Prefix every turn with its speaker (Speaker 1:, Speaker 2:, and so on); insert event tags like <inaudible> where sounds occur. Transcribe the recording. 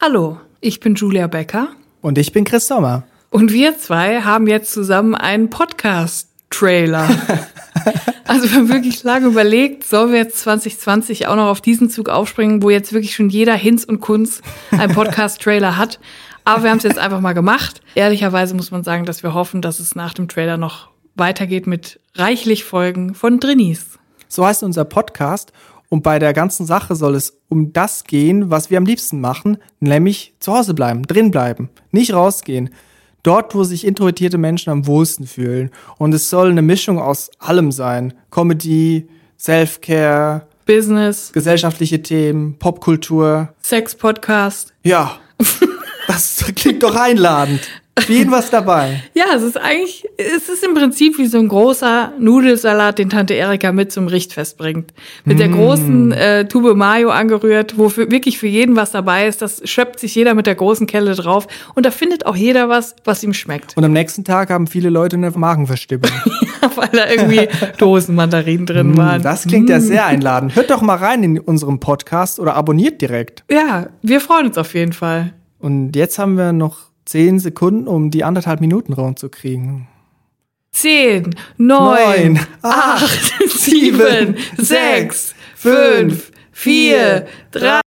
Speaker 1: Hallo, ich bin Julia Becker
Speaker 2: Und ich bin Chris Sommer.
Speaker 1: und wir zwei haben jetzt zusammen einen Podcast-Trailer. Also wir haben wirklich lange überlegt, sollen wir jetzt 2020 auch noch auf diesen Zug aufspringen, wo jetzt wirklich schon jeder Hinz und Kunz einen Podcast-Trailer hat. Aber wir haben es jetzt einfach mal gemacht. Ehrlicherweise muss man sagen, dass wir hoffen, dass es nach dem Trailer noch weitergeht mit reichlich Folgen von Drinnies.
Speaker 2: So heißt unser Podcast. Und bei der ganzen Sache soll es um das gehen, was wir am liebsten machen, nämlich zu Hause bleiben, drin bleiben, nicht rausgehen. Dort, wo sich introvertierte Menschen am wohlsten fühlen. Und es soll eine Mischung aus allem sein. Comedy, Self-Care,
Speaker 1: Business,
Speaker 2: gesellschaftliche Themen, Popkultur.
Speaker 1: Sex-Podcast,
Speaker 2: Ja, das klingt doch einladend. Für jeden was dabei.
Speaker 1: Ja, es ist eigentlich, es ist im Prinzip wie so ein großer Nudelsalat, den Tante Erika mit zum Richtfest bringt. Mit
Speaker 2: Mm.
Speaker 1: der großen äh, Tube Mayo angerührt, wo für, wirklich für jeden was dabei ist. Das schöpft sich jeder mit der großen Kelle drauf. Und da findet auch jeder was, was ihm schmeckt. <laughs>
Speaker 2: Und am nächsten Tag haben viele Leute eine Magenverstimmung.
Speaker 1: Weil da irgendwie Dosen Mandarinen drin
Speaker 2: Mm,
Speaker 1: waren.
Speaker 2: Das klingt ja sehr einladend. Hört doch mal rein in unserem Podcast oder abonniert direkt.
Speaker 1: Ja, wir freuen uns auf jeden Fall.
Speaker 2: Und jetzt haben wir noch zehn Sekunden, um die anderthalb Minuten rauszukriegen.
Speaker 1: Zehn, neun,
Speaker 2: Neun,
Speaker 1: <laughs> acht, sieben, sechs, fünf, vier, drei.